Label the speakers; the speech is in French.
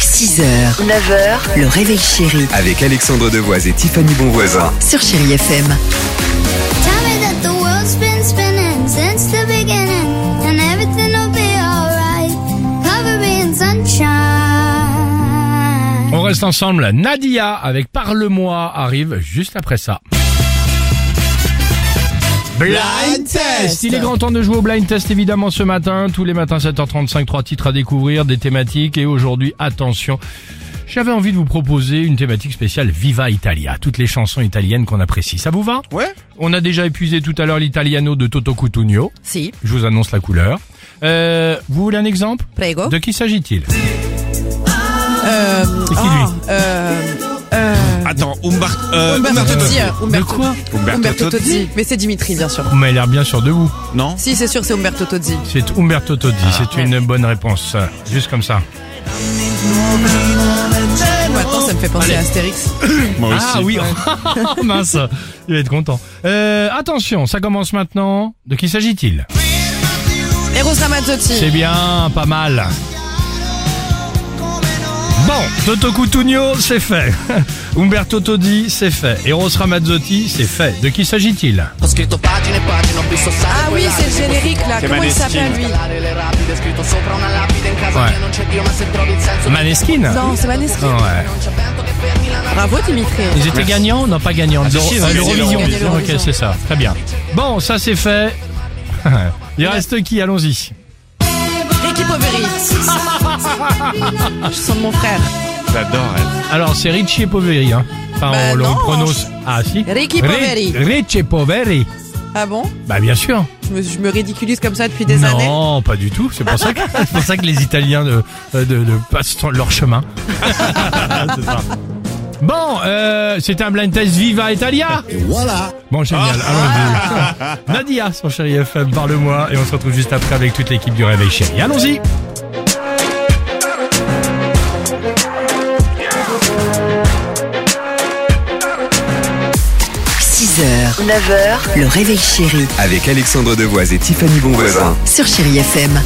Speaker 1: 6h, 9h, le réveil chéri
Speaker 2: Avec Alexandre Devoise et Tiffany Bonvoisin.
Speaker 1: sur Chéri FM.
Speaker 3: Tell me that the world's been spinning since the beginning, and everything will be alright. Cover me in sunshine.
Speaker 4: On reste ensemble. Nadia avec Parle-moi arrive juste après ça. Blind Test Il est grand temps de jouer au Blind Test évidemment ce matin. Tous les matins 7h35, trois titres à découvrir, des thématiques et aujourd'hui, attention, j'avais envie de vous proposer une thématique spéciale Viva Italia, toutes les chansons italiennes qu'on apprécie. Ça vous va
Speaker 2: Ouais.
Speaker 4: On a déjà épuisé tout à l'heure l'italiano de Toto Cutugno.
Speaker 1: Si,
Speaker 4: Je vous annonce la couleur. Euh, vous voulez un exemple
Speaker 1: prego.
Speaker 4: De qui s'agit-il
Speaker 5: Euh,
Speaker 4: C'est qui,
Speaker 5: ah,
Speaker 4: lui
Speaker 5: euh, euh,
Speaker 6: Attends, Umbar- euh,
Speaker 5: Umberto
Speaker 6: Umberto-
Speaker 5: Tozzi. euh, Umberto-
Speaker 4: De quoi
Speaker 6: Umberto
Speaker 5: Umberto
Speaker 6: Tozzi.
Speaker 5: Tozzi. Mais c'est Dimitri, bien sûr.
Speaker 4: Vous m'avez l'air bien sûr de vous.
Speaker 6: Non
Speaker 5: Si, c'est sûr, c'est Umberto Tozzi.
Speaker 4: C'est Umberto Tozzi, c'est une bonne réponse. Juste comme ça.
Speaker 5: Maintenant, ça me fait penser à Astérix.
Speaker 6: Moi
Speaker 4: Ah oui, oh, mince, il va être content. Euh, attention, ça commence maintenant. De qui s'agit-il
Speaker 5: Eros Ramazzotti.
Speaker 4: C'est bien, pas mal. Bon, Toto Cutugno, c'est fait. Umberto Todi, c'est fait. Eros Ramazzotti, c'est fait. De qui s'agit-il
Speaker 7: Ho scritto pagine e pagine, ho visto
Speaker 5: Ah
Speaker 7: sale
Speaker 5: oui, c'est le générique, là. Comment il s'appelle, lui
Speaker 7: scalare le rapide, scritto sopra una lapide in casa
Speaker 4: Ouais.
Speaker 7: mia non c'è Dio, ma se trovi il senso
Speaker 4: Maneskin
Speaker 5: Non, c'est Maneskin.
Speaker 4: Ah Ouais.
Speaker 7: non c'è vento che fermi la
Speaker 5: Bravo, Dimitri.
Speaker 4: Ils étaient gagnants Non, pas gagnants. Zéro-
Speaker 6: si, ils ont gagné
Speaker 4: L'Eurovision.
Speaker 5: l'Eurovision.
Speaker 4: Ok, c'est ça. Très bien. Bon, ça c'est fait. Il reste qui Allons-y.
Speaker 5: Ricky Poveri. Je sens mon frère.
Speaker 6: J'adore elle.
Speaker 4: Alors, c'est Ricci Poveri. Hein. Enfin,
Speaker 5: Bah,
Speaker 4: on le
Speaker 5: non.
Speaker 4: prononce. Ah, si.
Speaker 5: Ricky
Speaker 4: Ri-
Speaker 5: Poveri.
Speaker 4: Ricci Poveri.
Speaker 5: Ah bon
Speaker 4: Bah, bien sûr.
Speaker 5: je me, je me ridiculise comme ça depuis des années.
Speaker 4: non, pas du tout. C'est pour ça que, c'est pour ça que les Italiens de, de, de- passent leur chemin. C'est ça. Bon, euh, c'était un blind test Viva Italia. Et voilà. Bon, génial.
Speaker 5: Ah.
Speaker 4: Allons-y. Nadia, son chéri FM, parle-moi. Et on se retrouve juste après avec toute l'équipe du Réveil Chéri. Allons-y.
Speaker 1: h 9h, le réveil chéri
Speaker 2: Avec Alexandre Devoise et Tiffany Bonvoisin.
Speaker 1: sur Chéri FM.